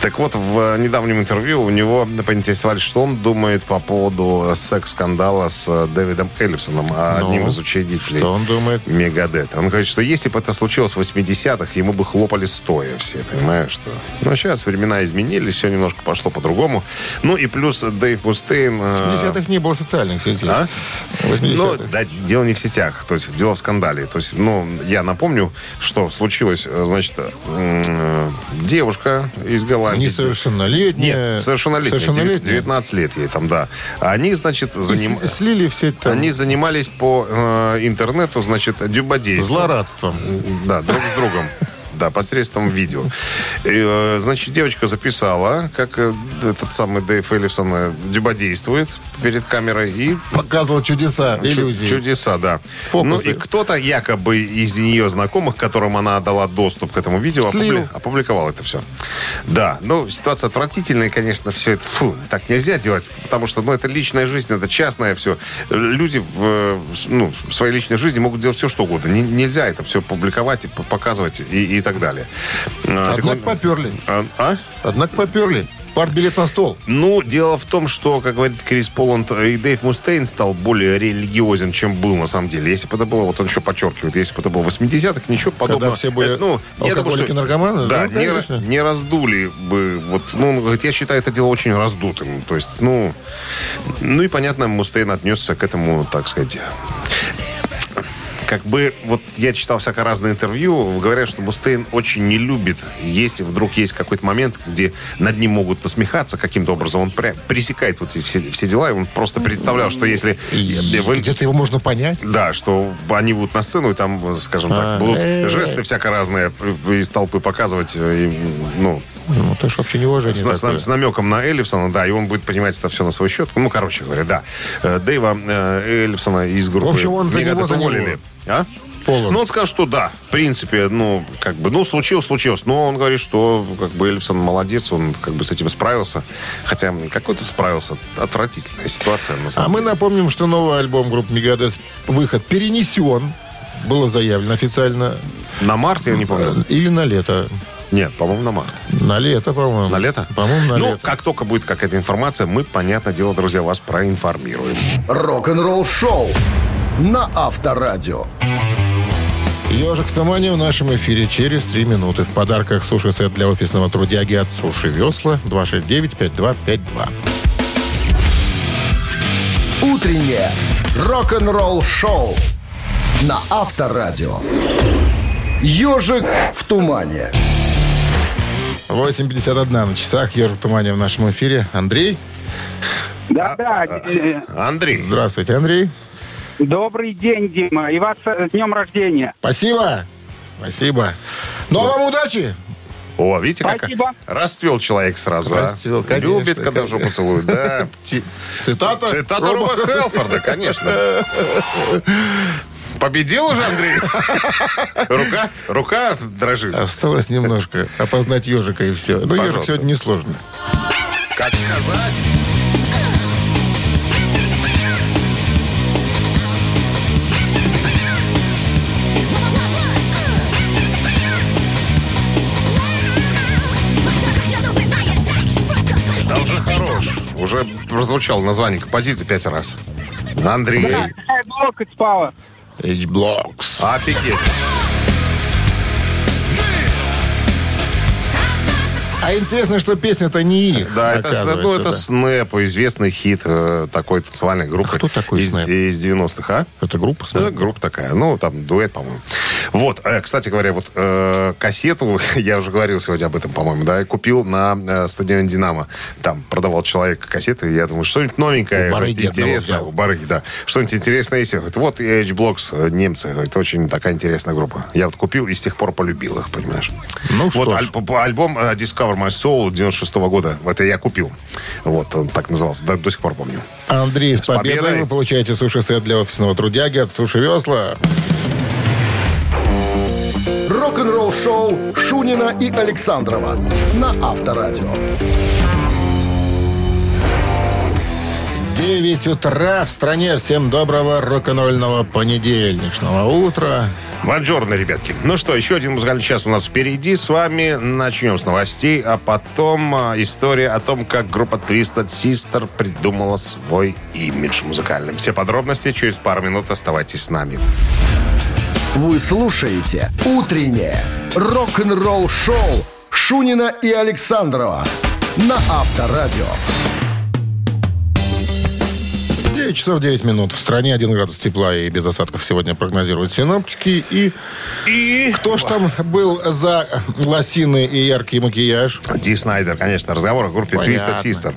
Так вот, в э, недавнем интервью у него поинтересовались, что он думает по поводу э, секс-скандала с э, Дэвидом Эллифсоном, а Ну, одним из учредителей. Что он думает? Мегадет. Он говорит, что если бы это случилось в 80-х, ему бы хлопали стоя все, понимаешь, что... Ну, сейчас времена изменились, все немножко пошло по-другому. Ну, и плюс э, Дэйв Мустейн... В э, 80-х не было социальных сетей. а? В 80-х. Ну, да, дело не в сетях, то есть дело в скандале. То есть, ну, я напомню, что случилось, э, значит, м, э, девушка из Голландии. Несовершеннолетняя. Нет, совершеннолетняя, Совершеннолетняя. 19 лет ей там, да. Они, значит, И заним- с- слили все это они занимались по э, интернету, значит, дюбодейством. злорадством. Да, друг с другом. Да, посредством видео. И, э, значит, девочка записала, как э, этот самый Дэйв Эллифсон э, дюбодействует перед камерой и Показывал чудеса, Чу- иллюзии. Чудеса, да. Фокусы. Ну и кто-то якобы из ее знакомых, которым она дала доступ к этому видео, Слил. опубли- опубликовал это все. Да, ну ситуация отвратительная, конечно, все это. Фу, так нельзя делать, потому что, ну, это личная жизнь, это частное все. Люди в, э, в с- ну, в своей личной жизни могут делать все, что угодно. Не- нельзя это все публиковать и п- показывать и, и так далее. А, так Однако он- поперли. А? а? Однако поперли. Пар билет на стол. Ну, дело в том, что, как говорит Крис Поланд, и Дэйв Мустейн стал более религиозен, чем был на самом деле. Если бы это было, вот он еще подчеркивает, если бы это было в 80-х, ничего подобного. все были Э, я думаю, алкоголики, что- наркоманы, Да, ну, не, ра- конечно. не раздули бы. Вот, ну, он говорит, я считаю это дело очень раздутым. То есть, ну, ну и, понятно, Мустейн отнесся к этому, так сказать, как бы, вот я читал всякое разное интервью, говорят, что Мустейн очень не любит, если вдруг есть какой-то момент, где над ним могут насмехаться каким-то образом, он пря- пресекает вот эти все, все дела, и он просто представлял, что если... вы- Где-то его можно понять. да, что они будут на сцену, и там, скажем А, так, будут э. жесты всяко разные из толпы показывать, э, и, ну, Ну, ты ж вообще не уважение. с, на- с на- такое. с намеком на Эллифсона, да, и он будет принимать это все на свой счет. Ну, короче говоря, да. Э, Дэйва э, Эллифсона из группы В общем, он за «Мегадет» него, за него. уволили. А? Полон. Ну, он сказал, что да, в принципе, ну, как бы, ну, случилось, случилось. Но он говорит, что, как бы, Эллифсон молодец, он, как бы, с этим справился. Хотя, какой тут справился, отвратительная ситуация, на А самом мы деле. напомним, что новый альбом группы Мегадес выход перенесен. Было заявлено официально. На март, я не помню. Или на лето. Нет, по-моему, на март. На лето, по-моему. На лето? По-моему, на ну, лето. как только будет какая-то информация, мы, понятное дело, друзья, вас проинформируем. Рок-н-ролл-шоу на Авторадио. Ежик в тумане в нашем эфире через 3 минуты. В подарках суши-сет для офисного трудяги от Суши Весла 269-5252. Утреннее рок-н-ролл-шоу на Авторадио. Ежик в тумане. 8.51 на часах. Ежик в тумане в нашем эфире. Андрей. Да, да. А, Андрей. Здравствуйте, Андрей. э, Добрый день, Дима. И вас с днем рождения. Спасибо. Спасибо. Ну, а вам удачи. О, видите, как Спасибо. расцвел человек сразу, а? Расцвел, конечно, Любит, когда в жопу конечно. целуют, да. Ти- Цитата. Цитата Роба Хелфорда, конечно. Победил уже Андрей? Рука, рука дрожит. А. Осталось немножко опознать ежика и все. Ну, ежик Пожалуйста. сегодня несложно. Как сказать? Да уже хорош. Уже прозвучало название композиции пять раз. Андрей. Какая локоть спала. H-Blocks. Офигеть. А интересно, что песня-то не их, Да, это, ж- ну, оказывается, да. это А Снэп, известный хит э, такой танцевальной группы. кто такой из, Снэп? Из 90-х, а? Это группа, Это группа такая, ну, там дуэт, по-моему. Вот, э, кстати говоря, вот э, кассету, я уже говорил сегодня об этом, по-моему, да, я купил на э, стадионе «Динамо». Там продавал человек кассеты, и я думаю, что-нибудь новенькое, У барыги вот одного интересное. взял. У барыги, да. Что-нибудь интересное есть. Говорит, вот Edge Blocks, э, немцы, это очень такая интересная группа. Я вот купил и с тех пор полюбил их, понимаешь. Ну, вот что ж. аль- по- альбом э, Discover My Soul 96 года, это я купил. Вот, он так назывался, до, до сих пор помню. Андрей, с победой. победой. Вы получаете суши-сет для офисного трудяги от Суши Весла. Рок-н-ролл-шоу Шунина и Александрова на Авторадио. 9 утра в стране. Всем доброго рок-н-ролльного понедельничного утра. Бонжорно, ребятки. Ну что, еще один музыкальный час у нас впереди. С вами начнем с новостей, а потом а, история о том, как группа Twisted Sister придумала свой имидж музыкальным. Все подробности через пару минут. Оставайтесь с нами. Вы слушаете «Утреннее рок-н-ролл-шоу» Шунина и Александрова на Авторадио. 9 часов 9 минут. В стране 1 градус тепла и без осадков сегодня прогнозируют синоптики. И, И... кто ж там был за лосины и яркий макияж? Ди Снайдер, конечно, разговор о группе Понятно. Twisted Sister.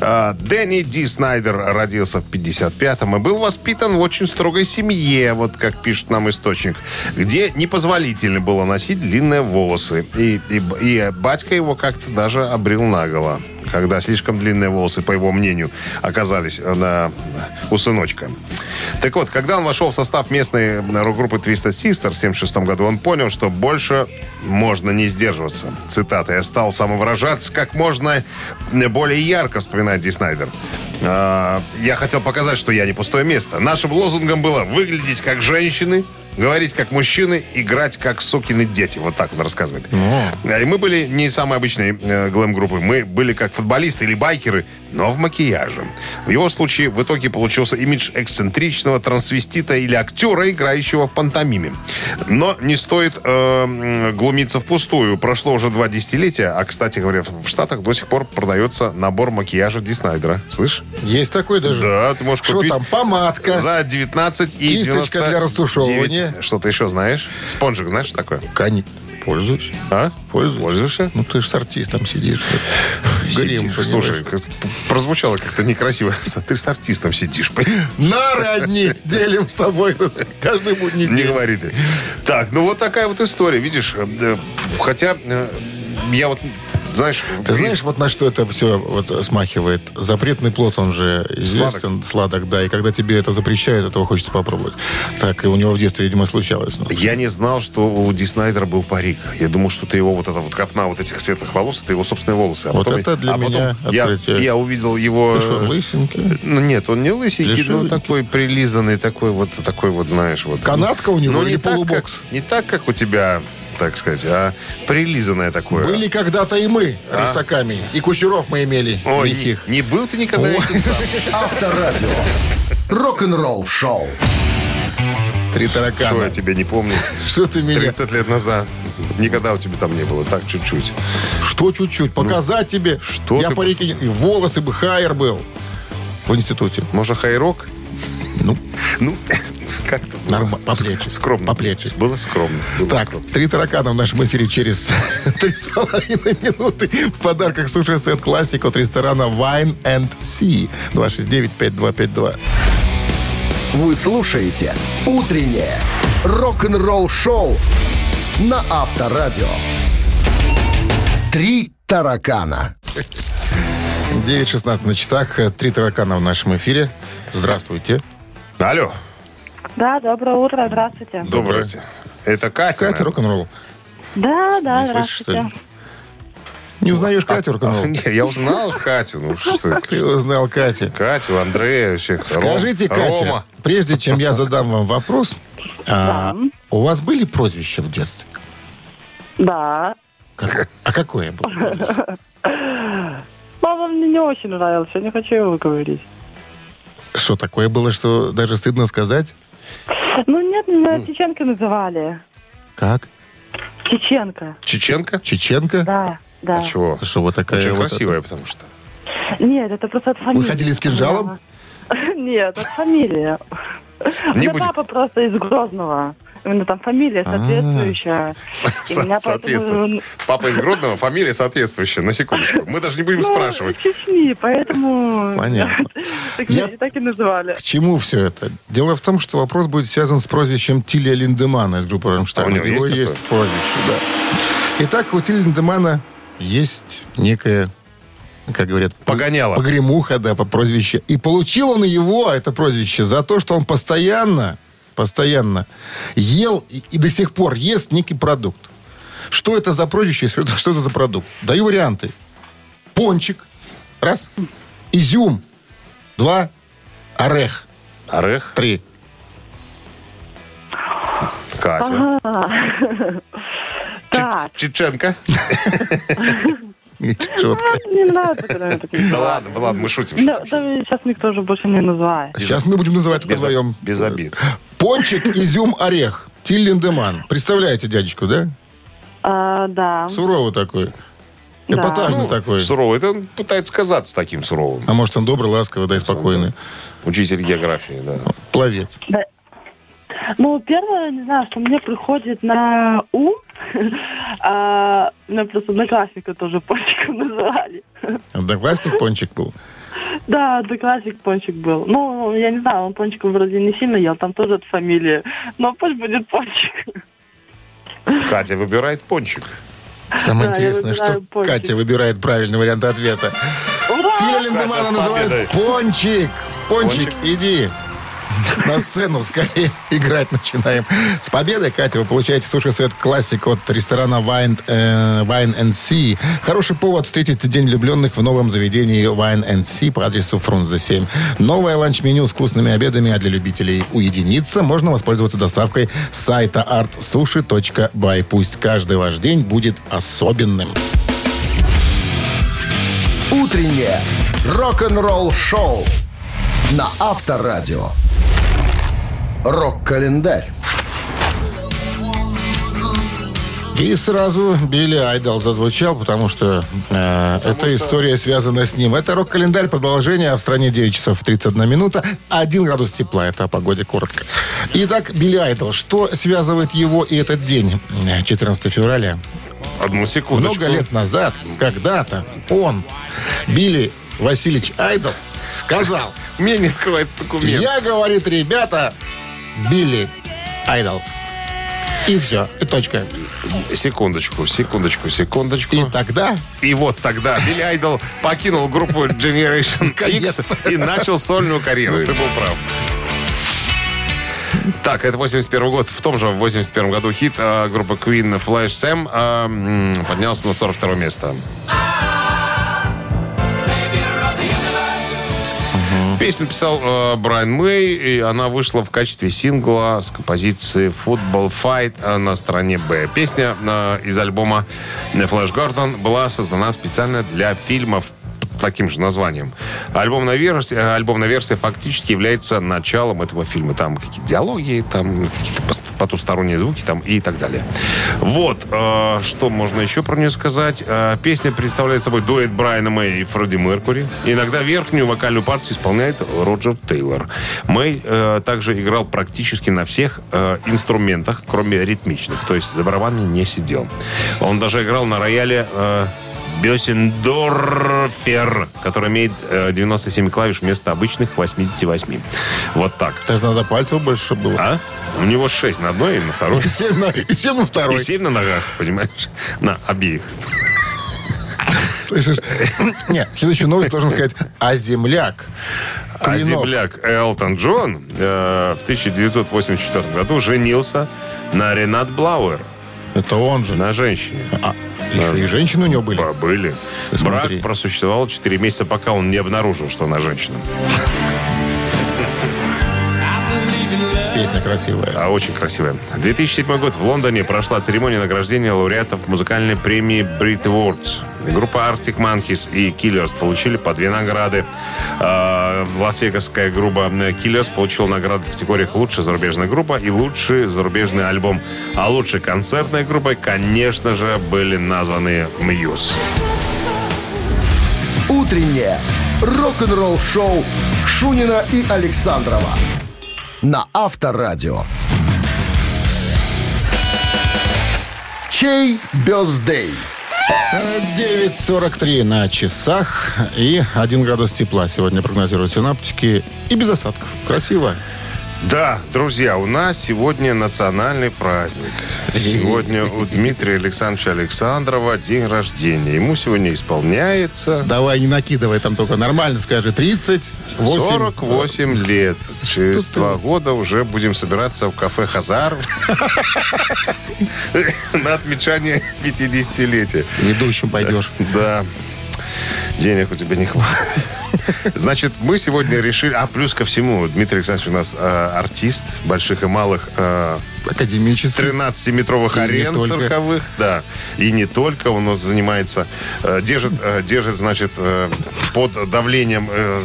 А, Дэнни Ди Снайдер родился в 55-м и был воспитан в очень строгой семье, вот как пишет нам источник, где непозволительно было носить длинные волосы. И, и б- и батька его как-то даже обрел наголо, когда слишком длинные волосы, по его мнению, оказались э, на, у сыночка. Так вот, когда он вошел в состав местной рок-группы Twisted Sister в 1976 году, он понял, что больше можно не сдерживаться. Цитата. «Я стал самовыражаться как можно более ярко», вспоминает Ди Снайдер. «А, «Я хотел показать, что я не пустое место. Нашим лозунгом было выглядеть как женщины, говорить как мужчины, играть как сукины дети». Вот так он рассказывает. А, И мы были не самой обычной э, глэм-группой. Мы были как футболисты или байкеры, но в макияже. В его случае в итоге получился имидж эксцентричного трансвестита или актера, играющего в пантомиме. Но не стоит э, м, глумиться впустую. Прошло уже два десятилетия, а, кстати говоря, в Штатах до сих пор продается набор макияжа Ди Снайдера. Слышь? Есть такой даже. Да, ты можешь Что купить... там, помадка? За 19 и Кисточка для растушевывания. Что ты еще знаешь? Спонжик знаешь что такое? Конь. Пользуюсь. А? Пользуешься? Ну, ты же с артистом сидишь. Грим, Сидишь. понимаешь? Слушай, как- прозвучало как-то некрасиво. Ты с артистом сидишь. понимаешь? Нары одни делим с тобой тут каждый будний Не день. говори ты. Так, ну вот такая вот история, видишь. э, э, Хотя э, я вот, знаешь... Ты знаешь, вот на что это все вот смахивает? Запретный плод, он же известен, сладок. да. И когда тебе это запрещают, этого хочется попробовать. Так и у него в детстве, видимо, случалось. Ну, Я не знал, что у Ди Снайдера был парик. Я думал, что это его вот эта вот копна вот этих светлых волос, это его собственные волосы. А Вот это для а потом меня я, открытие. я увидел его... ты что, лысинки? Ну, нет, он не лысенький, но Плешивенький. такой прилизанный, такой вот, такой вот, знаешь, вот. Канатка у него Ну, или так, полубокс? как- не так, как у тебя, так сказать, а прилизанное такое. Были когда-то и мы рысаками. И кучеров мы имели. Ой, не, великих. не был ты никогда этим сам. Авторадио. Рок-н-ролл-шоу. Три Что я таракана. тебя не помню. Что ты меня... 30 лет назад. Никогда у тебя там не было. Так, чуть-чуть. Что чуть-чуть? Показать тебе? Ну, что Я ты- парики... не- И волосы бы хайер был. В институте. Можно хайрок? Ну, Ну, как-то было. Нормально, по плечи. Скромно. По плечи. Было скромно. было Так, скромно. три таракана в нашем эфире через три с половиной минуты. В подарках суши-сет классик от ресторана Wine and Sea. 269-5252. Вы слушаете «Утреннее рок-н-ролл-шоу» на Авторадио. «Три таракана». 9.16 на часах. Три таракана в нашем эфире. Здравствуйте. Алло. Да, доброе утро, здравствуйте. Доброе. Это Катя. Катя рок-н-ролл. Да, да, Не слышишь, что ли? здравствуйте. Не узнаешь Катю рок-н-ролл? Не, я узнал Катю. Ну, что Ты ты. узнал Катя. Катю, Андрея, вообще. Скажите, Ром- Катя, Рома. прежде чем я задам вам вопрос, а, у вас были прозвища в детстве? Да. Как- а какое было? прозвище? Мама мне не очень нравилась, я не хочу его говорить. Что такое было, что даже стыдно сказать? Ну нет, меня Чеченка называли. Как? Чеченка, Чеченко? Чеченка? да, да. А чего? Что вот такая Очень вот красивая, потому что. Нет, это просто от фамилии. А ходили с кинжалом? Нет, от фамилии. У Не меня будем. папа просто из Грозного. Именно там фамилия А, соответствующая. И Со- меня соответствует. поэтому... Папа из Гродного, фамилия соответствующая. На секундочку. Мы даже не будем Ну, спрашивать. из Чечни, поэтому... Понятно. Так Я- меня и так и называли. К чему все это? Дело в том, что вопрос будет связан с прозвищем Тилия Линдемана из группы «Рамштайн». А у него есть такое? прозвище, да. Итак, у Тилия Линдемана есть некое, как говорят, п- Погоняло. погремуха, да, по прозвищу. И получил он его, это прозвище, за то, что он постоянно, постоянно ел и, и до сих пор ест некий продукт. Что это за прозвище, и что это- что это за продукт? Даю варианты. Пончик, раз. Изюм, два. Орех. Орех. Три. Катя. Так, Чеченко. Четко. А, не надо, когда я такие Да слова. ладно, да ладно, мы шутим. Да, шутим. да, сейчас никто же больше не называет. Сейчас мы будем называть Ну, только Без, вдвоем. без обид. Пончик, изюм, орех. Тиллиндеман. Представляете дядечку, да? А, да. Суровый такой. Да. Эпатажный Ну, такой. Суровый. Это он пытается казаться таким суровым. А может, он добрый, ласковый, да и спокойный. Учитель географии, да. Пловец. Ну, первое, не знаю, что мне приходит на ум, а, у меня просто одноклассника тоже пончиком называли. Одноклассник пончик был. Да, одноклассник пончик был. Ну, я не знаю, он пончиком вроде не сильно ел, там тоже от фамилии. Но пусть будет пончик. Катя выбирает пончик. Самое Да, я интересное, что выбираю пончик. Катя выбирает правильный вариант ответа. Тиля Ура! Линдемана Катя, с называют пончик. Пончик, Пончик. иди. На сцену скорее играть начинаем. С победой, Катя, вы получаете суши-сет классик от ресторана Wine, э, Wine and Sea. Хороший повод встретить День влюбленных в новом заведении Wine and Sea по адресу Фрунзе 7. Новое ланч-меню с вкусными обедами, а для любителей уединиться можно воспользоваться доставкой с сайта artsushi.by. Пусть каждый ваш день будет особенным. «Утреннее рок-н-ролл-шоу» на Авторадио. Рок-календарь. И сразу Билли Айдол зазвучал, потому что э, эта история связана с ним. Это рок-календарь, продолжение, а в стране 9 часов 31 минута, 1 градус тепла, это о погоде коротко. Итак, Билли Айдол, что связывает его и этот день, э, 14 февраля? Одну секундочку. Много лет назад, когда-то, он, Билли Васильевич Айдол, сказал, У меня не открывается документ. я, говорит, ребята, Билли Айдол. И все, и точка. Секундочку, секундочку, секундочку. И тогда И вот тогда Билли Айдол покинул группу Generation X Наконец-то. и начал сольную карьеру. Ну, Ты был прав. Так, это 81 год. В том же 81 году хит э, группы Queen Flash Sam э, м, поднялся на 42 место. Песню писал э, Брайан Мэй, и она вышла в качестве сингла с композиции «Football Fight» э, на стороне «Б». Песня э, из альбома «Флэш Гордон» была создана специально для фильмов под таким же названием. Альбомная версия, э, альбомная версия фактически является началом этого фильма. Там какие-то диалоги, там какие-то пос- потусторонние звуки там и так далее. Вот, э, что можно еще про нее сказать. Э, песня представляет собой дуэт Брайана Мэй и Фредди Меркури. Иногда верхнюю вокальную партию исполняет Роджер Тейлор. Мэй э, также играл практически на всех э, инструментах, кроме ритмичных. То есть за барабан не сидел. Он даже играл на рояле э, Бёсендорфер, который имеет э, 97 клавиш вместо обычных 88. Вот так. Даже надо пальцев больше было. А? У него 6 на одной и на второй. И семь на, и семь на И второй. 7 на ногах, понимаешь? На обеих. Слышишь? Нет, следующую новость должен сказать «А земляк». А Клинов. земляк Элтон Джон э, в 1984 году женился на Ренат Блауэр, Это он же. на женщине. А, еще и женщины у него были. Ба- Были. Смотри. Брак просуществовал 4 месяца, пока он не обнаружил, что она женщина. Песня красивая. А очень красивая. 2007 год в Лондоне прошла церемония награждения лауреатов музыкальной премии Brit Awards. Группа Arctic Monkeys и Killers получили по две награды. А, Лас-Вегасская группа Killers получила награды в категориях «Лучшая зарубежная группа» и «Лучший зарубежный альбом». А лучшей концертной группой, конечно же, были названы «Мьюз». Утреннее рок-н-ролл-шоу Шунина и Александрова на Авторадио. Чей бездей? А, 9.43 на часах и 1 градус тепла сегодня прогнозируют синаптики. И без осадков. Красиво. Да, друзья, у нас сегодня национальный праздник. Сегодня у Дмитрия Александровича Александрова день рождения. Ему сегодня исполняется Давай, не накидывай там только нормально, скажи, 38. 48 лет. Через два года уже будем собираться в кафе «Хазар» на отмечание 50-летия. Ведущим пойдешь. Да. Денег у тебя не хватит. Значит, мы сегодня решили... А плюс ко всему, Дмитрий Александрович у нас э, артист больших и малых э, Академический. 13-метровых И не арен только. цирковых, да. И не только он у нас занимается, э, держит, э, держит, значит, э, под давлением э,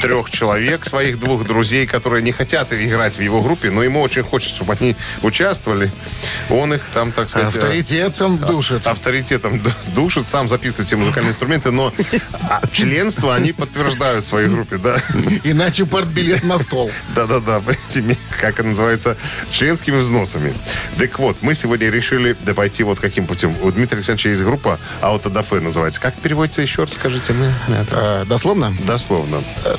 трех человек, своих двух друзей, которые не хотят играть в его группе, но ему очень хочется, чтобы они участвовали. Он их там, так сказать... э, Авторитетом душит. авторитетом ду- душит, сам записывает все музыкальные инструменты, но а, членство они подтверждают в своей группе, да. Иначе партбилет на стол. Да-да-да, этими, как это называется, членскими взносами. Так вот, мы сегодня решили да, пойти вот каким путем. У Дмитрия Александровича есть группа «Аутодафе» называется. Как переводится еще раз, скажите мне? Э, Дословно? Дословно. Э,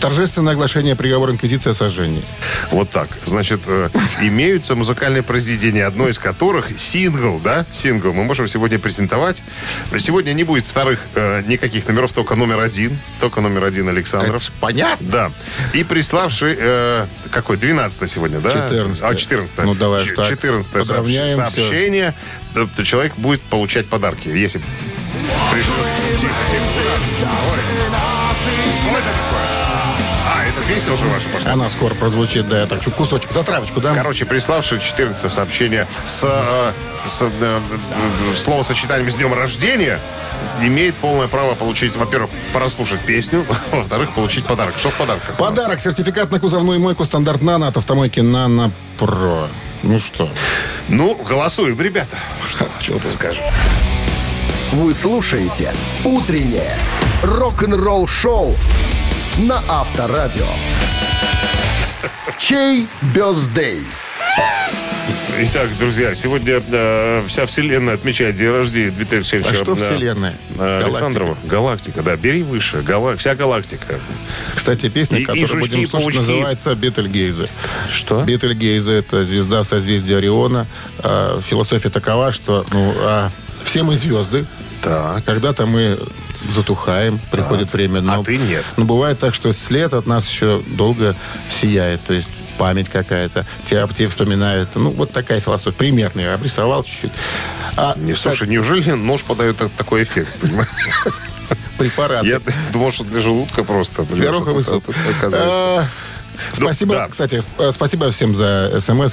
Торжественное оглашение приговора инквизиции о сожжении. Вот так. Значит, э, имеются музыкальные произведения, одно из которых сингл, да? Сингл. Мы можем сегодня презентовать. Сегодня не будет вторых э, никаких номеров, только номер один. Только номер один Александров. Это ж понятно. Да. И приславший... э, какой? 12 сегодня, да? 14. А, 14. Ну, давай Ч- так. 14 сообщ- Подравняемся. сообщение. То- то Человек будет получать подарки. Если... пришлет- Тихо, тихо, тихо. Ой. Что это такое? А, это песня уже ваша пошла. Она скоро прозвучит, да, я так чуть кусочек. За травочку, да? Короче, приславший 14 сообщение с, э, с, э, э, э, словосочетанием «С днем рождения» имеет полное право получить, во-первых, прослушать песню, во-вторых, получить подарок. Что в подарках? у нас? Подарок, сертификат на кузовную мойку стандарт «Нано» от автомойки «Нано Про». Ну что? Ну, голосуем, ребята. Что, что ты скажешь? Вы слушаете «Утреннее рок-н-ролл-шоу» на Авторадио. Чей бездей? Итак, друзья, сегодня э, вся вселенная отмечает день рождения Дмитрия Алексеевича. А что э, вселенная? э, Александрова. Галактика. Галактика, да, бери выше. Гала- Вся галактика. Кстати, песня, И- и которую жучки, и будем слушать, паучки. А? называется «Бетельгейзе». Что? «Бетельгейзе» — это звезда созвездия Ориона. А, Философия такова, что ну, а, все мы звезды. Так. А Когда-то мы затухаем, приходит время. Но, А ты нет. Но бывает так, что след от нас еще долго сияет. То есть память какая-то. Тебя, тебя вспоминают. Ну, вот такая философия. Примерно я обрисовал чуть-чуть. А, Не, слушай, неужели нож подает так- такой эффект, понимаешь? препараты. Я думал, что для желудка просто. понимаешь, Для роковой вот это- суп. это оказывается. Ну, А, Спасибо, да. кстати, сп- э, спасибо всем за смс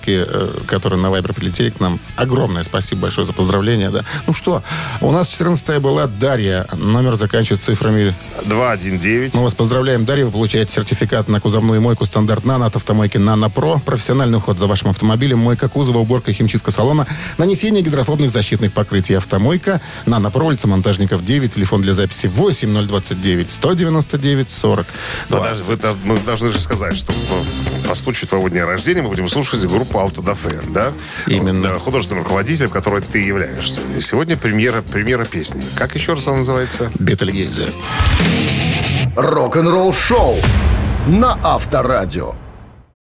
которые на Вайбер прилетели к нам. Огромное спасибо большое за поздравления. Да. Ну что, у нас 14 была Дарья. Номер заканчивается цифрами 219. мы вас поздравляем, Дарья. Вы получаете сертификат на кузовную мойку «Стандарт Нано» от автомойки «Нано Про». Профессиональный уход за вашим автомобилем, мойка кузова, уборка химчистка салона, нанесение гидрофобных защитных покрытий автомойка, «Нано Про», улица Монтажников 9, телефон для записи 8029 199 40. Ну, Подожди, вы там- мы должны же сказать, что ну, по случаю твоего дня рождения мы будем слушать группу Autodafe, да? Именно. Э, Художественным руководителем, которой ты являешься. И Сегодня премьера, премьера песни. Как еще раз она называется? Бетельгейзе. Рок-н-ролл шоу на Авторадио.